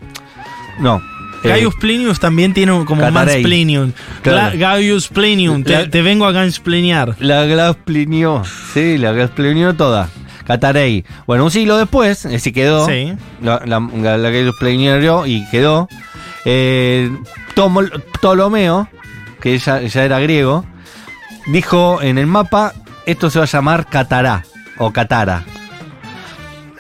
Speaker 1: no. eh,
Speaker 2: Gaius Plinius también tiene un- como un
Speaker 1: Catarey.
Speaker 2: mansplinium.
Speaker 1: Claro.
Speaker 2: Gla- Gaius Plinium, te,
Speaker 1: La-
Speaker 2: te vengo a gansplinear.
Speaker 1: La gasplinió, sí, la gasplinió toda. Catarey. Bueno, un siglo después, eh, se quedó.
Speaker 2: Sí.
Speaker 1: La, la, la- la gasplinió y quedó. Eh, Tomo- Ptolomeo, que ya, ya era griego, dijo en el mapa: esto se va a llamar Catará o Catara.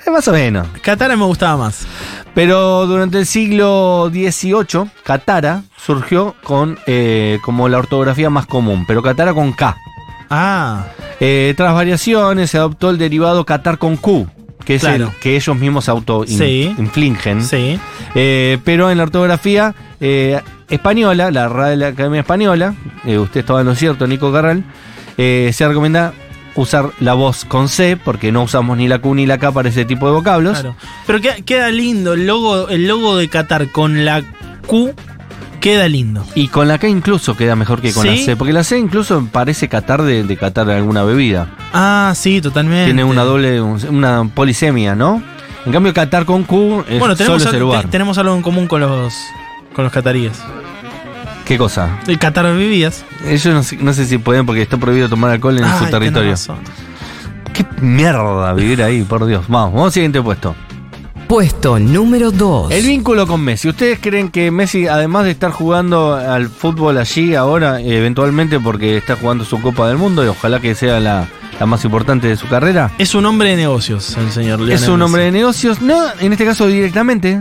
Speaker 1: Eh, más o menos.
Speaker 2: Catara me gustaba más.
Speaker 1: Pero durante el siglo XVIII, Catara surgió con eh, como la ortografía más común, pero Catara con K.
Speaker 2: Ah,
Speaker 1: Eh, tras variaciones se adoptó el derivado Qatar con Q, que es
Speaker 2: Claro.
Speaker 1: el que ellos mismos auto in-
Speaker 2: Sí.
Speaker 1: infligen.
Speaker 2: sí.
Speaker 1: Eh, pero en la ortografía eh, española, la Real Academia Española, eh, usted estaba en lo cierto, Nico Carral, eh, se recomienda usar la voz con C, porque no usamos ni la Q ni la K para ese tipo de vocablos.
Speaker 2: Claro. Pero queda, queda lindo el logo, el logo de Qatar con la Q. Queda lindo.
Speaker 1: Y con la K incluso queda mejor que con la
Speaker 2: Sí.
Speaker 1: C, porque la C incluso parece Qatar de, de Qatar de alguna bebida.
Speaker 2: Ah, sí, totalmente.
Speaker 1: Tiene una doble, una polisemia, ¿no? En cambio, Qatar con Q es
Speaker 2: Bueno, tenemos,
Speaker 1: solo ese
Speaker 2: algo,
Speaker 1: lugar.
Speaker 2: te- tenemos algo en común con los con los cataríes.
Speaker 1: ¿Qué cosa?
Speaker 2: El Qatar bebidas.
Speaker 1: Ellos no sé, no sé si pueden porque está prohibido tomar alcohol en
Speaker 2: Ay,
Speaker 1: su
Speaker 2: tenés
Speaker 1: territorio.
Speaker 2: razón.
Speaker 1: Qué mierda vivir ahí, por Dios. Vamos, vamos al siguiente puesto.
Speaker 3: Puesto número 2.
Speaker 1: El vínculo con Messi. ¿Ustedes creen que Messi, además de estar jugando al fútbol allí ahora, eh, eventualmente porque está jugando su Copa del Mundo y ojalá que sea la, la más importante de su carrera.
Speaker 2: Es un hombre de negocios, el señor Lionel
Speaker 1: Es un
Speaker 2: Messi.
Speaker 1: hombre de negocios, no en este caso directamente.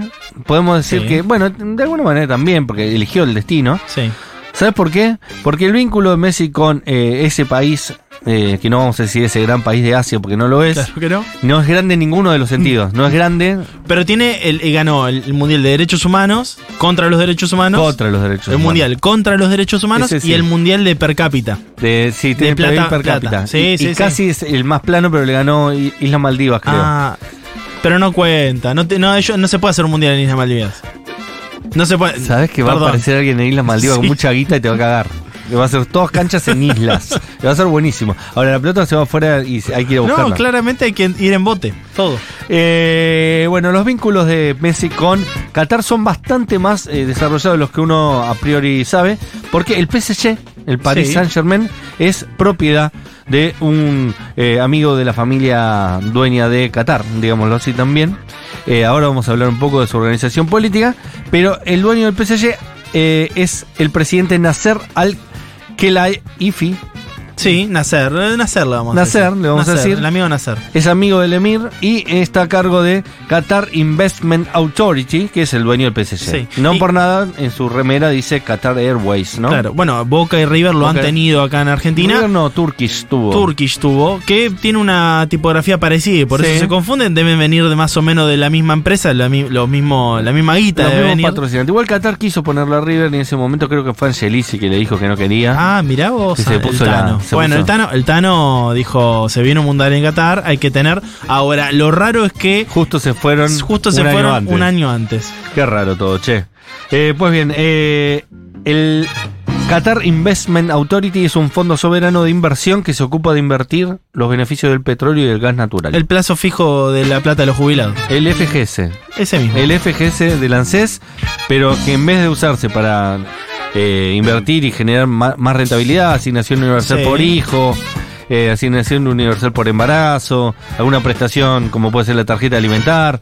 Speaker 1: Podemos decir
Speaker 2: Sí.
Speaker 1: que, bueno, de alguna manera también, porque eligió el destino.
Speaker 2: Sí.
Speaker 1: ¿Sabes por qué? Porque el vínculo de Messi con eh, ese país, eh, que no vamos a decir ese gran país de Asia, porque no lo es,
Speaker 2: Claro que no.
Speaker 1: no es grande en ninguno de los sentidos. No es grande
Speaker 2: Pero tiene el, eh, ganó el Mundial de Derechos Humanos, contra los derechos humanos.
Speaker 1: contra los derechos
Speaker 2: el
Speaker 1: humanos.
Speaker 2: Mundial contra los derechos humanos
Speaker 1: Ese sí.
Speaker 2: y el Mundial de per cápita.
Speaker 1: De, sí, tiene
Speaker 2: plata-
Speaker 1: PBI per
Speaker 2: plata.
Speaker 1: cápita.
Speaker 2: Sí,
Speaker 1: y, y
Speaker 2: sí, sí.
Speaker 1: casi es el más plano, pero le ganó I- Islas Maldivas, creo.
Speaker 2: Ah, pero no cuenta. No, te- no, ellos- no se puede hacer un Mundial en Islas Malvinas. No se puede.
Speaker 1: Sabes que va a
Speaker 2: Perdón.
Speaker 1: aparecer alguien en Islas Maldivas con
Speaker 2: Sí.
Speaker 1: mucha guita y te va a cagar. Le va a hacer todas canchas en islas. Le va a ser buenísimo. Ahora la pelota se va afuera y se- hay que ir a buscarla.
Speaker 2: No, claramente hay que ir en bote. Todo.
Speaker 1: Eh, bueno, los vínculos de Messi con Qatar son bastante más eh, desarrollados de los que uno a priori sabe, porque el PSG, el Paris
Speaker 2: Sí.
Speaker 1: Saint Germain, es propiedad de un eh, amigo de la familia dueña de Qatar, digámoslo así también. Eh, ahora vamos a hablar un poco de su organización política, pero el dueño del PSG eh, es el presidente Nasser Al Khelaifi,
Speaker 2: Sí, nacer. eh, Nacer le vamos
Speaker 1: Nacer,
Speaker 2: a decir.
Speaker 1: le vamos a decir.
Speaker 2: El amigo nacer.
Speaker 1: es amigo del Emir y está a cargo de Qatar Investment Authority, que es el dueño del PSG.
Speaker 2: Sí.
Speaker 1: No
Speaker 2: Y-
Speaker 1: por nada, en su remera dice Qatar Airways, ¿no?
Speaker 2: Claro. Bueno, Boca y River lo
Speaker 1: Boca-
Speaker 2: han tenido acá en
Speaker 1: El
Speaker 2: Argentina.
Speaker 1: gobierno Turkish tuvo.
Speaker 2: Turkish tuvo, que tiene una tipografía parecida, y por
Speaker 1: Sí.
Speaker 2: eso se confunden, deben venir de más o menos de la misma empresa, la, mi- lo mismo, la misma guita
Speaker 1: Los
Speaker 2: debe
Speaker 1: mismos
Speaker 2: venir.
Speaker 1: patrocinantes. Igual Qatar quiso ponerlo a River y en ese momento creo que fue Angelisi que le dijo que no quería.
Speaker 2: Ah, mirá vos,
Speaker 1: Sí, se
Speaker 2: ah, el
Speaker 1: puso la-
Speaker 2: Tano.
Speaker 1: se
Speaker 2: bueno,
Speaker 1: puso.
Speaker 2: el Tano, el Tano dijo, se viene un mundial en Qatar, hay que tener. Ahora, lo raro es que
Speaker 1: Justo se fueron.
Speaker 2: justo
Speaker 1: un
Speaker 2: se
Speaker 1: año
Speaker 2: fueron
Speaker 1: antes.
Speaker 2: un año antes.
Speaker 1: Qué raro todo, che. Eh, pues bien, eh, el Qatar Investment Authority es un fondo soberano de inversión que se ocupa de invertir los beneficios del petróleo y del gas natural.
Speaker 2: El plazo fijo de la plata de los jubilados.
Speaker 1: El FGS.
Speaker 2: Ese mismo.
Speaker 1: El FGS del ANSES, pero que en vez de usarse para eh, invertir y generar ma- más, rentabilidad, asignación universal
Speaker 2: Sí.
Speaker 1: por hijo, eh, asignación universal por embarazo, alguna prestación como puede ser la tarjeta alimentar.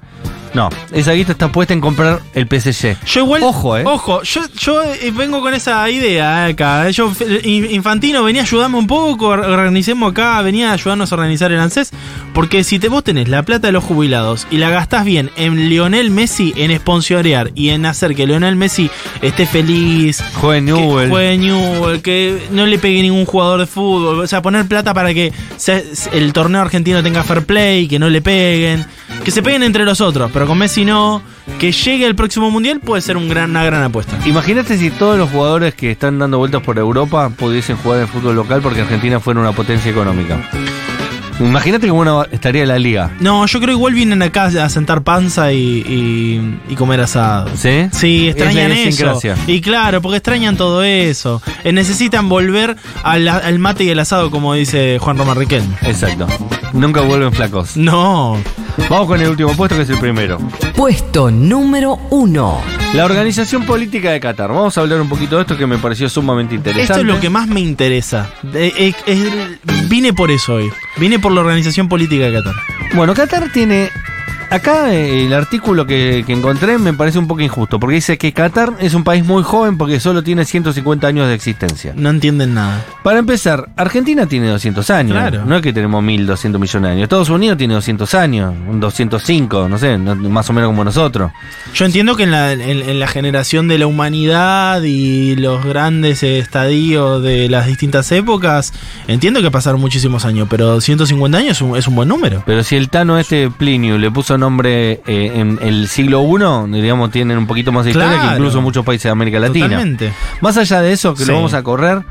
Speaker 1: No, esa guita está puesta en comprar el PCC.
Speaker 2: Yo igual.
Speaker 1: Ojo, eh.
Speaker 2: Ojo, yo, yo, eh, vengo con esa idea acá. Yo, eh, in- Infantino, venía a ayudarme un poco, or- organicemos acá, venía a ayudarnos a organizar el ANSES. Porque si te, vos tenés la plata de los jubilados y la gastás bien en Lionel Messi, en sponsorear y en hacer que Lionel Messi esté feliz.
Speaker 1: Joven
Speaker 2: Que
Speaker 1: Newell.
Speaker 2: juegue Newell, que no le pegue ningún jugador de fútbol. O sea, poner plata para que se- se- el torneo argentino tenga fair play, que no le peguen. Que se peguen entre los otros, pero con Messi no. Que llegue al próximo mundial puede ser un gran, una gran apuesta.
Speaker 1: Imagínate si todos los jugadores que están dando vueltas por Europa pudiesen jugar en fútbol local porque Argentina fuera una potencia económica. Imagínate cómo no estaría la liga.
Speaker 2: No, yo creo igual vienen acá a sentar panza y, y- y comer asado.
Speaker 1: ¿Sí?
Speaker 2: Sí,
Speaker 1: Es la
Speaker 2: extrañan eso.
Speaker 1: idiosincrasia.
Speaker 2: Y claro, porque extrañan todo eso. Eh, necesitan volver al, al mate y el asado, como dice Juan Román Riquelme.
Speaker 1: Exacto. Nunca vuelven flacos.
Speaker 2: No.
Speaker 1: Vamos con el último puesto que es el primero.
Speaker 3: Puesto número 1.
Speaker 1: La organización política de Qatar. Vamos a hablar un poquito de esto que me pareció sumamente interesante.
Speaker 2: Esto es lo que más me interesa. De- es- es- vine por eso hoy. Vine por la organización política de Qatar.
Speaker 1: Bueno, Qatar tiene. Acá eh, el artículo que, que encontré me parece un poco injusto, porque dice que Qatar es un país muy joven porque solo tiene 150 años de existencia.
Speaker 2: No entienden nada.
Speaker 1: Para empezar, Argentina tiene 200 años.
Speaker 2: Claro.
Speaker 1: No es que tenemos 1.200 millones de años. Estados Unidos tiene 200 años, un 205, no sé, no- más o menos como nosotros.
Speaker 2: Yo entiendo que en la, en- en la generación de la humanidad y los grandes estadios de las distintas épocas, entiendo que pasaron muchísimos años, pero 150 años es un, es un buen número.
Speaker 1: Pero si el Tano este Plinio le puso nombre eh, en el siglo I, digamos, tienen un poquito más de historia que
Speaker 2: Claro.
Speaker 1: incluso muchos países de América Latina.
Speaker 2: Totalmente.
Speaker 1: Más allá de eso, que
Speaker 2: Sí.
Speaker 1: lo vamos a correr,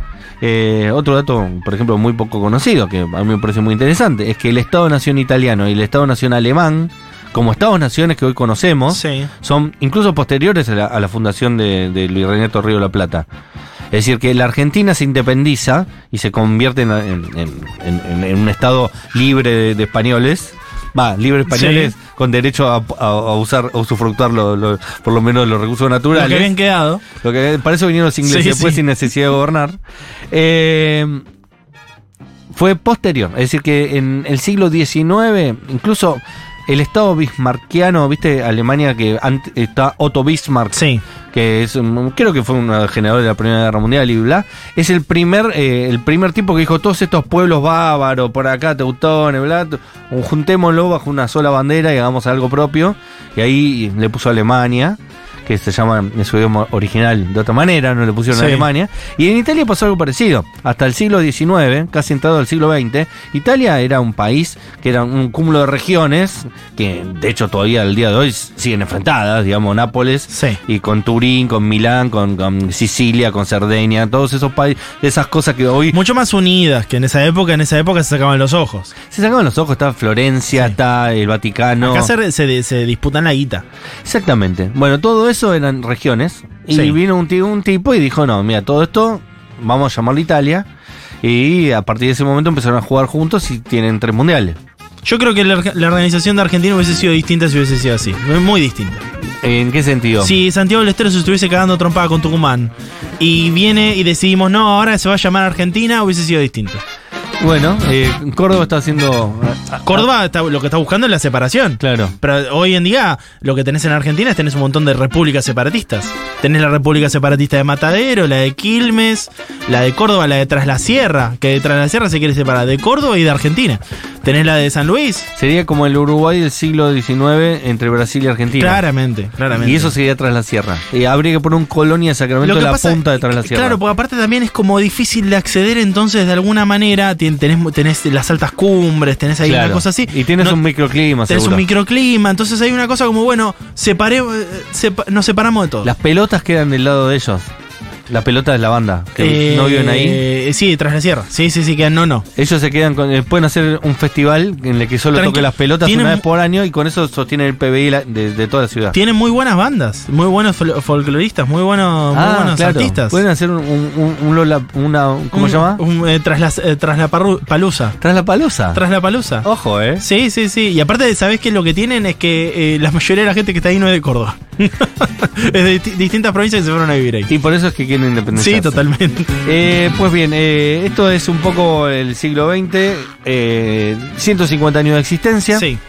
Speaker 1: eh, otro dato, por ejemplo, muy poco conocido, que a mí me parece muy interesante, es que el Estado-Nación italiano y el Estado-Nación alemán, como Estados-Naciones que hoy conocemos,
Speaker 2: Sí.
Speaker 1: son incluso posteriores a la, a la fundación de, de Luis Renato Río de la Plata. Es decir, que la Argentina se independiza y se convierte en, en- en- en- en un Estado libre de, de españoles. Va, libre de españoles
Speaker 2: Sí.
Speaker 1: con derecho a, a- a usar, a usufructuar lo- lo- por lo menos los recursos
Speaker 2: Lo que
Speaker 1: naturales.
Speaker 2: habían quedado.
Speaker 1: Lo que para eso vinieron los ingleses
Speaker 2: Sí,
Speaker 1: después
Speaker 2: sí.
Speaker 1: sin necesidad de gobernar. Eh, fue posterior, es decir, que en el siglo XIX, incluso el Estado bismarquiano, ¿viste? Alemania que ant- está Otto Bismarck,
Speaker 2: Sí,
Speaker 1: que es un- creo que fue un generador de la Primera Guerra Mundial y bla, es el primer eh, el primer tipo que dijo todos estos pueblos bávaros, por acá teutones, bla, t- juntémoslo bajo una sola bandera y hagamos algo propio. Y ahí le puso Alemania, que se llama en su idioma original de otra manera, no le pusieron
Speaker 2: Sí.
Speaker 1: Alemania. Y en Italia pasó algo parecido. Hasta el siglo XIX, casi entrado al siglo XX, Italia era un país que era un cúmulo de regiones que de hecho todavía al día de hoy siguen enfrentadas, digamos, Nápoles
Speaker 2: sí.
Speaker 1: y con Turín, con Milán, con, con Sicilia, con Cerdeña, todos esos países, esas cosas que hoy
Speaker 2: Mucho más unidas que en esa época. En esa época se sacaban los ojos.
Speaker 1: se sacaban los ojos, está Florencia,
Speaker 2: Sí.
Speaker 1: está el Vaticano.
Speaker 2: Acá se, se- se disputan la guita.
Speaker 1: Exactamente. Bueno, todo eso eran regiones y
Speaker 2: Sí.
Speaker 1: vino un, ti- un tipo y dijo, no, mira, todo esto vamos a llamarlo Italia y a partir de ese momento empezaron a jugar juntos y tienen tres mundiales.
Speaker 2: Yo creo que la, la organización de Argentina hubiese sido distinta si hubiese sido así. Muy distinta.
Speaker 1: ¿En qué sentido?
Speaker 2: Si Santiago del Estero se estuviese cagando trompada con Tucumán y viene y decidimos, no, ahora se va a llamar Argentina, hubiese sido distinto.
Speaker 1: Bueno, eh, Córdoba está haciendo... ah,
Speaker 2: Córdoba está- lo que está buscando es la separación.
Speaker 1: Claro.
Speaker 2: Pero hoy en día lo que tenés en Argentina es tenés un montón de repúblicas separatistas. Tenés la república separatista de Matadero, la de Quilmes, la de Córdoba, la de Tras la Sierra, que de Tras la Sierra se quiere separar de Córdoba y de Argentina. Tenés la de San Luis,
Speaker 1: Sería como el Uruguay del siglo XIX entre Brasil y Argentina.
Speaker 2: claramente, claramente.
Speaker 1: Y eso sería tras la sierra. Y habría que poner un colonia de Sacramento
Speaker 2: Lo
Speaker 1: en
Speaker 2: que
Speaker 1: la
Speaker 2: pasa-
Speaker 1: punta de tras la sierra.
Speaker 2: Claro, porque aparte también es como difícil de acceder, entonces de alguna manera tien- tenés, tenés las altas cumbres, tenés ahí
Speaker 1: Claro.
Speaker 2: una cosa así.
Speaker 1: Y tienes
Speaker 2: No-
Speaker 1: un microclima,
Speaker 2: tenés
Speaker 1: seguro.
Speaker 2: un microclima, entonces hay una cosa como, bueno, separe, eh, sepa- nos separamos de todo.
Speaker 1: Las pelotas quedan del lado de ellos. Las pelotas de la banda, que
Speaker 2: Eh,
Speaker 1: no viven ahí.
Speaker 2: eh, sí, tras la sierra. Sí, sí, sí, que no, no.
Speaker 1: Ellos se quedan con. eh, pueden hacer un festival en el que solo
Speaker 2: Tranqui-
Speaker 1: toquen las pelotas
Speaker 2: tienen-
Speaker 1: una vez por año y con eso sostienen el PBI la- de, de toda la ciudad.
Speaker 2: Tienen muy buenas bandas, muy buenos fol- folcloristas, muy buenos, muy
Speaker 1: Ah,
Speaker 2: buenos
Speaker 1: claro.
Speaker 2: artistas.
Speaker 1: Pueden hacer un, un- un Lola- una. ¿Cómo
Speaker 2: Un-
Speaker 1: se llama?
Speaker 2: un, eh, tras, la, eh, tras la parru- palusa.
Speaker 1: Tras la palosa.
Speaker 2: Tras la palusa.
Speaker 1: Ojo, eh.
Speaker 2: Sí, sí, sí. Y aparte, ¿sabés qué? Lo que tienen es que eh, la mayoría de la gente que está ahí no es de Córdoba. es de di- distintas provincias que se fueron a vivir ahí.
Speaker 1: Y por eso es que quieren independizarse.
Speaker 2: Sí, totalmente.
Speaker 1: Eh, pues bien, eh, esto es un poco el siglo XX, eh, 150 años de existencia,
Speaker 2: Sí,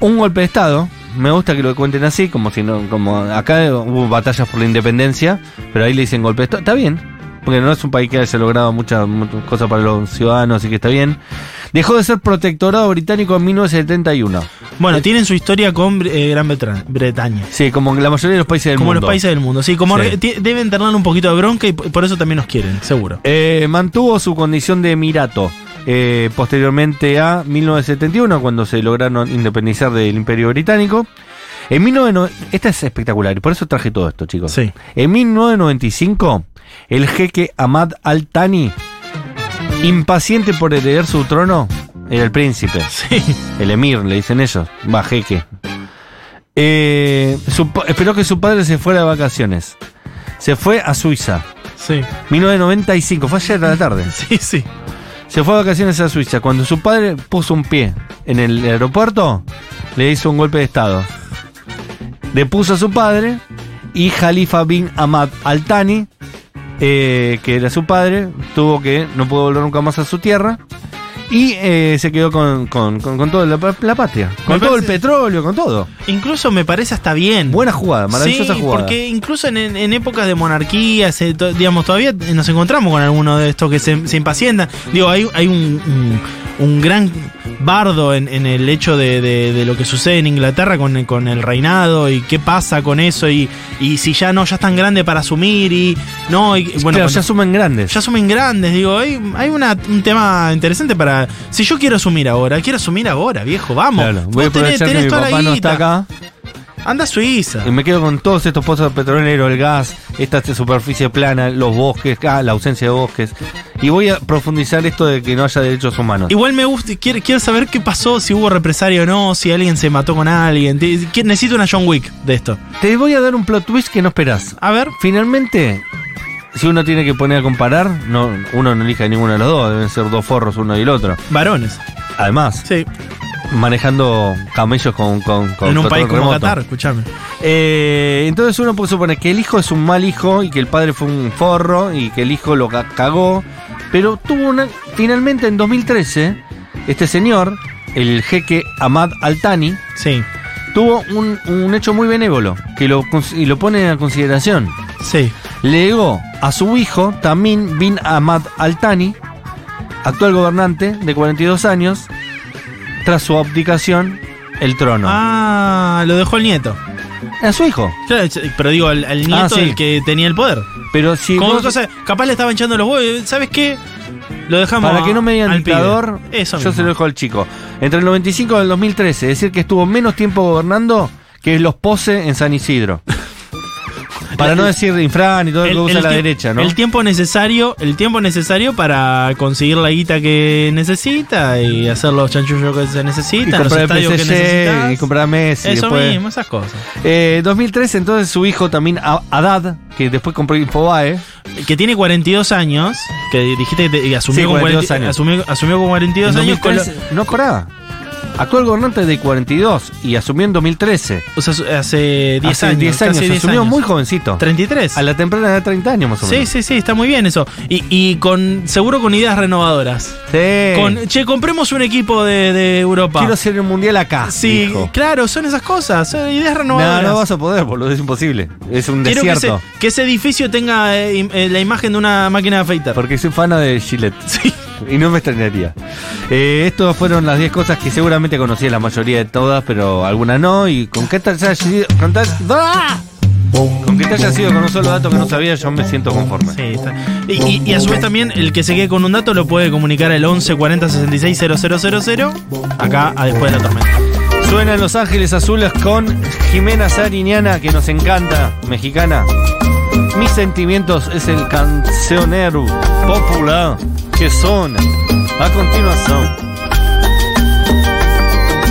Speaker 1: un golpe de Estado. Me gusta que lo cuenten así, como si no, como acá hubo batallas por la independencia, pero ahí le dicen golpe de Estado. Está bien, porque no es un país que haya logrado muchas, muchas cosas para los ciudadanos, así que está bien. Dejó de ser protectorado británico en 1971. Eh.
Speaker 2: bueno, tienen su historia con eh, Gran Bretra- Bretaña.
Speaker 1: Sí, como la mayoría de los países del
Speaker 2: como
Speaker 1: mundo.
Speaker 2: los países del mundo. Sí, como
Speaker 1: Sí.
Speaker 2: Arge- ti- deben tener un poquito de bronca y p- por eso también nos quieren, seguro.
Speaker 1: Eh, mantuvo su condición de emirato eh, posteriormente a 1971, cuando se lograron independizar del Imperio Británico. En 1990 esta es espectacular y por eso traje todo esto, chicos.
Speaker 2: Sí.
Speaker 1: En 1995, el jeque Ahmad Al-Thani, impaciente por heredar su trono, era el príncipe,
Speaker 2: Sí.
Speaker 1: el emir, le dicen ellos, va jeque. Eh, su pa- esperó que su padre se fuera de vacaciones. Se fue a Suiza.
Speaker 2: Sí.
Speaker 1: 1995, fue ayer a la tarde.
Speaker 2: Sí, sí.
Speaker 1: Se fue a vacaciones a Suiza. Cuando su padre puso un pie en el aeropuerto, le hizo un golpe de estado. Depuso a su padre y Jalifa bin Ahmad Al-Thani, eh, que era su padre, tuvo que no pudo volver nunca más a su tierra y eh, se quedó con, con, con- con toda la, pa- la patria, con
Speaker 2: Me
Speaker 1: todo
Speaker 2: parece-
Speaker 1: el petróleo, con todo.
Speaker 2: Incluso me parece hasta bien.
Speaker 1: Buena jugada, maravillosa
Speaker 2: sí,
Speaker 1: jugada.
Speaker 2: porque incluso en, en- en épocas de monarquías, eh, to- digamos, todavía nos encontramos con alguno de estos que se, se impacientan. Digo, hay, hay un, un- un gran bardo en, en el hecho de, de- de lo que sucede en Inglaterra con, con el reinado y qué pasa con eso y, y si ya no, ya es tan grande para asumir y no, y, bueno,
Speaker 1: Claro,
Speaker 2: cuando-
Speaker 1: ya suman grandes.
Speaker 2: ya asumen grandes, digo, hay, hay una- un tema interesante para... Si yo quiero asumir ahora, quiero asumir ahora, viejo, vamos.
Speaker 1: Claro, voy a
Speaker 2: Vos tenés-
Speaker 1: aprovechar que
Speaker 2: tenés
Speaker 1: mi
Speaker 2: toda la
Speaker 1: papá no está
Speaker 2: guita.
Speaker 1: acá.
Speaker 2: Anda a Suiza.
Speaker 1: Y me quedo con todos estos pozos petroleros, el gas, esta superficie plana, los bosques, ah, la ausencia de bosques. Y voy a profundizar esto de que no haya derechos humanos.
Speaker 2: Igual me gusta, quiero, quiero saber qué pasó, si hubo represario o no, si alguien se mató con alguien. Te- que- Necesito una John Wick de esto.
Speaker 1: Te voy a dar un plot twist que no esperás.
Speaker 2: A ver,
Speaker 1: Finalmente, si uno tiene que poner a comparar, no, uno no elige a ninguno de los dos, deben ser dos forros uno y el otro.
Speaker 2: varones.
Speaker 1: Además,
Speaker 2: Sí,
Speaker 1: manejando camellos con... con, con
Speaker 2: en un
Speaker 1: control
Speaker 2: país como
Speaker 1: remoto.
Speaker 2: Qatar, escúchame.
Speaker 1: Eh, entonces uno puede suponer que el hijo es un mal hijo y que el padre fue un forro y que el hijo lo ca- cagó. Pero tuvo una. Finalmente en 2013, este señor el jeque Ahmad Altani
Speaker 2: Sí,
Speaker 1: tuvo un, un hecho muy benévolo que lo, cons- y lo pone a consideración.
Speaker 2: sí.
Speaker 1: Le legó a su hijo, Tamim bin Ahmad Al-Thani, actual gobernante de 42 años, tras su abdicación, el trono.
Speaker 2: Ah, lo dejó el nieto.
Speaker 1: A su hijo.
Speaker 2: Claro, ch- pero digo, al, al nieto
Speaker 1: Ah, sí.
Speaker 2: el que tenía el poder.
Speaker 1: Pero si
Speaker 2: Como
Speaker 1: vos-
Speaker 2: cosa, capaz le estaban echando los huevos, ¿sabes qué? Lo dejamos
Speaker 1: para que no me digan
Speaker 2: al pibe.
Speaker 1: dictador,
Speaker 2: Eso
Speaker 1: yo
Speaker 2: mismo.
Speaker 1: se lo dejo al chico. Entre el 95 y el 2013, es decir, que estuvo menos tiempo gobernando que los pose en San Isidro. Para no decir infran y todo lo que usa la
Speaker 2: tie-
Speaker 1: derecha, ¿no?
Speaker 2: el tiempo necesario, el tiempo necesario para conseguir la guita que necesita y hacer los chanchullos que se
Speaker 1: y
Speaker 2: necesitan, los
Speaker 1: comprar el
Speaker 2: estadios que
Speaker 1: PSG,
Speaker 2: necesitas.
Speaker 1: y comprar a Messi.
Speaker 2: eso
Speaker 1: después.
Speaker 2: mismo, esas cosas.
Speaker 1: Eh, 2003, entonces su hijo también, A- Haddad, que después compró Infobae,
Speaker 2: Que tiene 42 años, que dijiste que te- y asumió
Speaker 1: Sí,
Speaker 2: con
Speaker 1: 42
Speaker 2: cuarenta-
Speaker 1: años.
Speaker 2: Asumió, asumió con
Speaker 1: en
Speaker 2: 42 años con lo-
Speaker 1: 2013, no paraba. Actual gobernante de 42 y asumió en 2013.
Speaker 2: o sea, su- hace 10
Speaker 1: Hace
Speaker 2: años,
Speaker 1: 10 años,
Speaker 2: casi 10
Speaker 1: asumió
Speaker 2: años.
Speaker 1: muy jovencito.
Speaker 2: 33.
Speaker 1: A la temprana edad de 30 años más o
Speaker 2: Sí,
Speaker 1: menos.
Speaker 2: sí, sí, está muy bien eso. Y, y con seguro con ideas renovadoras.
Speaker 1: Sí.
Speaker 2: Con, che, compremos un equipo de, de Europa.
Speaker 1: Quiero hacer el mundial acá.
Speaker 2: Sí,
Speaker 1: dijo.
Speaker 2: claro, son esas cosas, son ideas
Speaker 1: No,
Speaker 2: renovadoras.
Speaker 1: no vas a poder, boludo, es imposible. Es un
Speaker 2: Quiero que ese,
Speaker 1: desierto.
Speaker 2: que ese edificio tenga eh, im- eh, la imagen de una máquina de afeitar.
Speaker 1: Porque soy fana de Gillette.
Speaker 2: Sí.
Speaker 1: Y no me extrañaría. Eh, estas fueron las 10 cosas que seguramente conocía la mayoría de todas, pero algunas no. Y con que te haya sido. Con, tal- ¡Ah! Con que te haya sido con un solo dato que no sabía, yo me siento conforme.
Speaker 2: Sí, está. Y, y- y a su vez también el que se quede con un dato lo puede comunicar al 11 40 66 000 acá a después de la tormenta.
Speaker 1: Suena en Los Ángeles Azules con Jimena Sariniana, que nos encanta, mexicana. Mis sentimientos es el cancionero popular que son a continuación.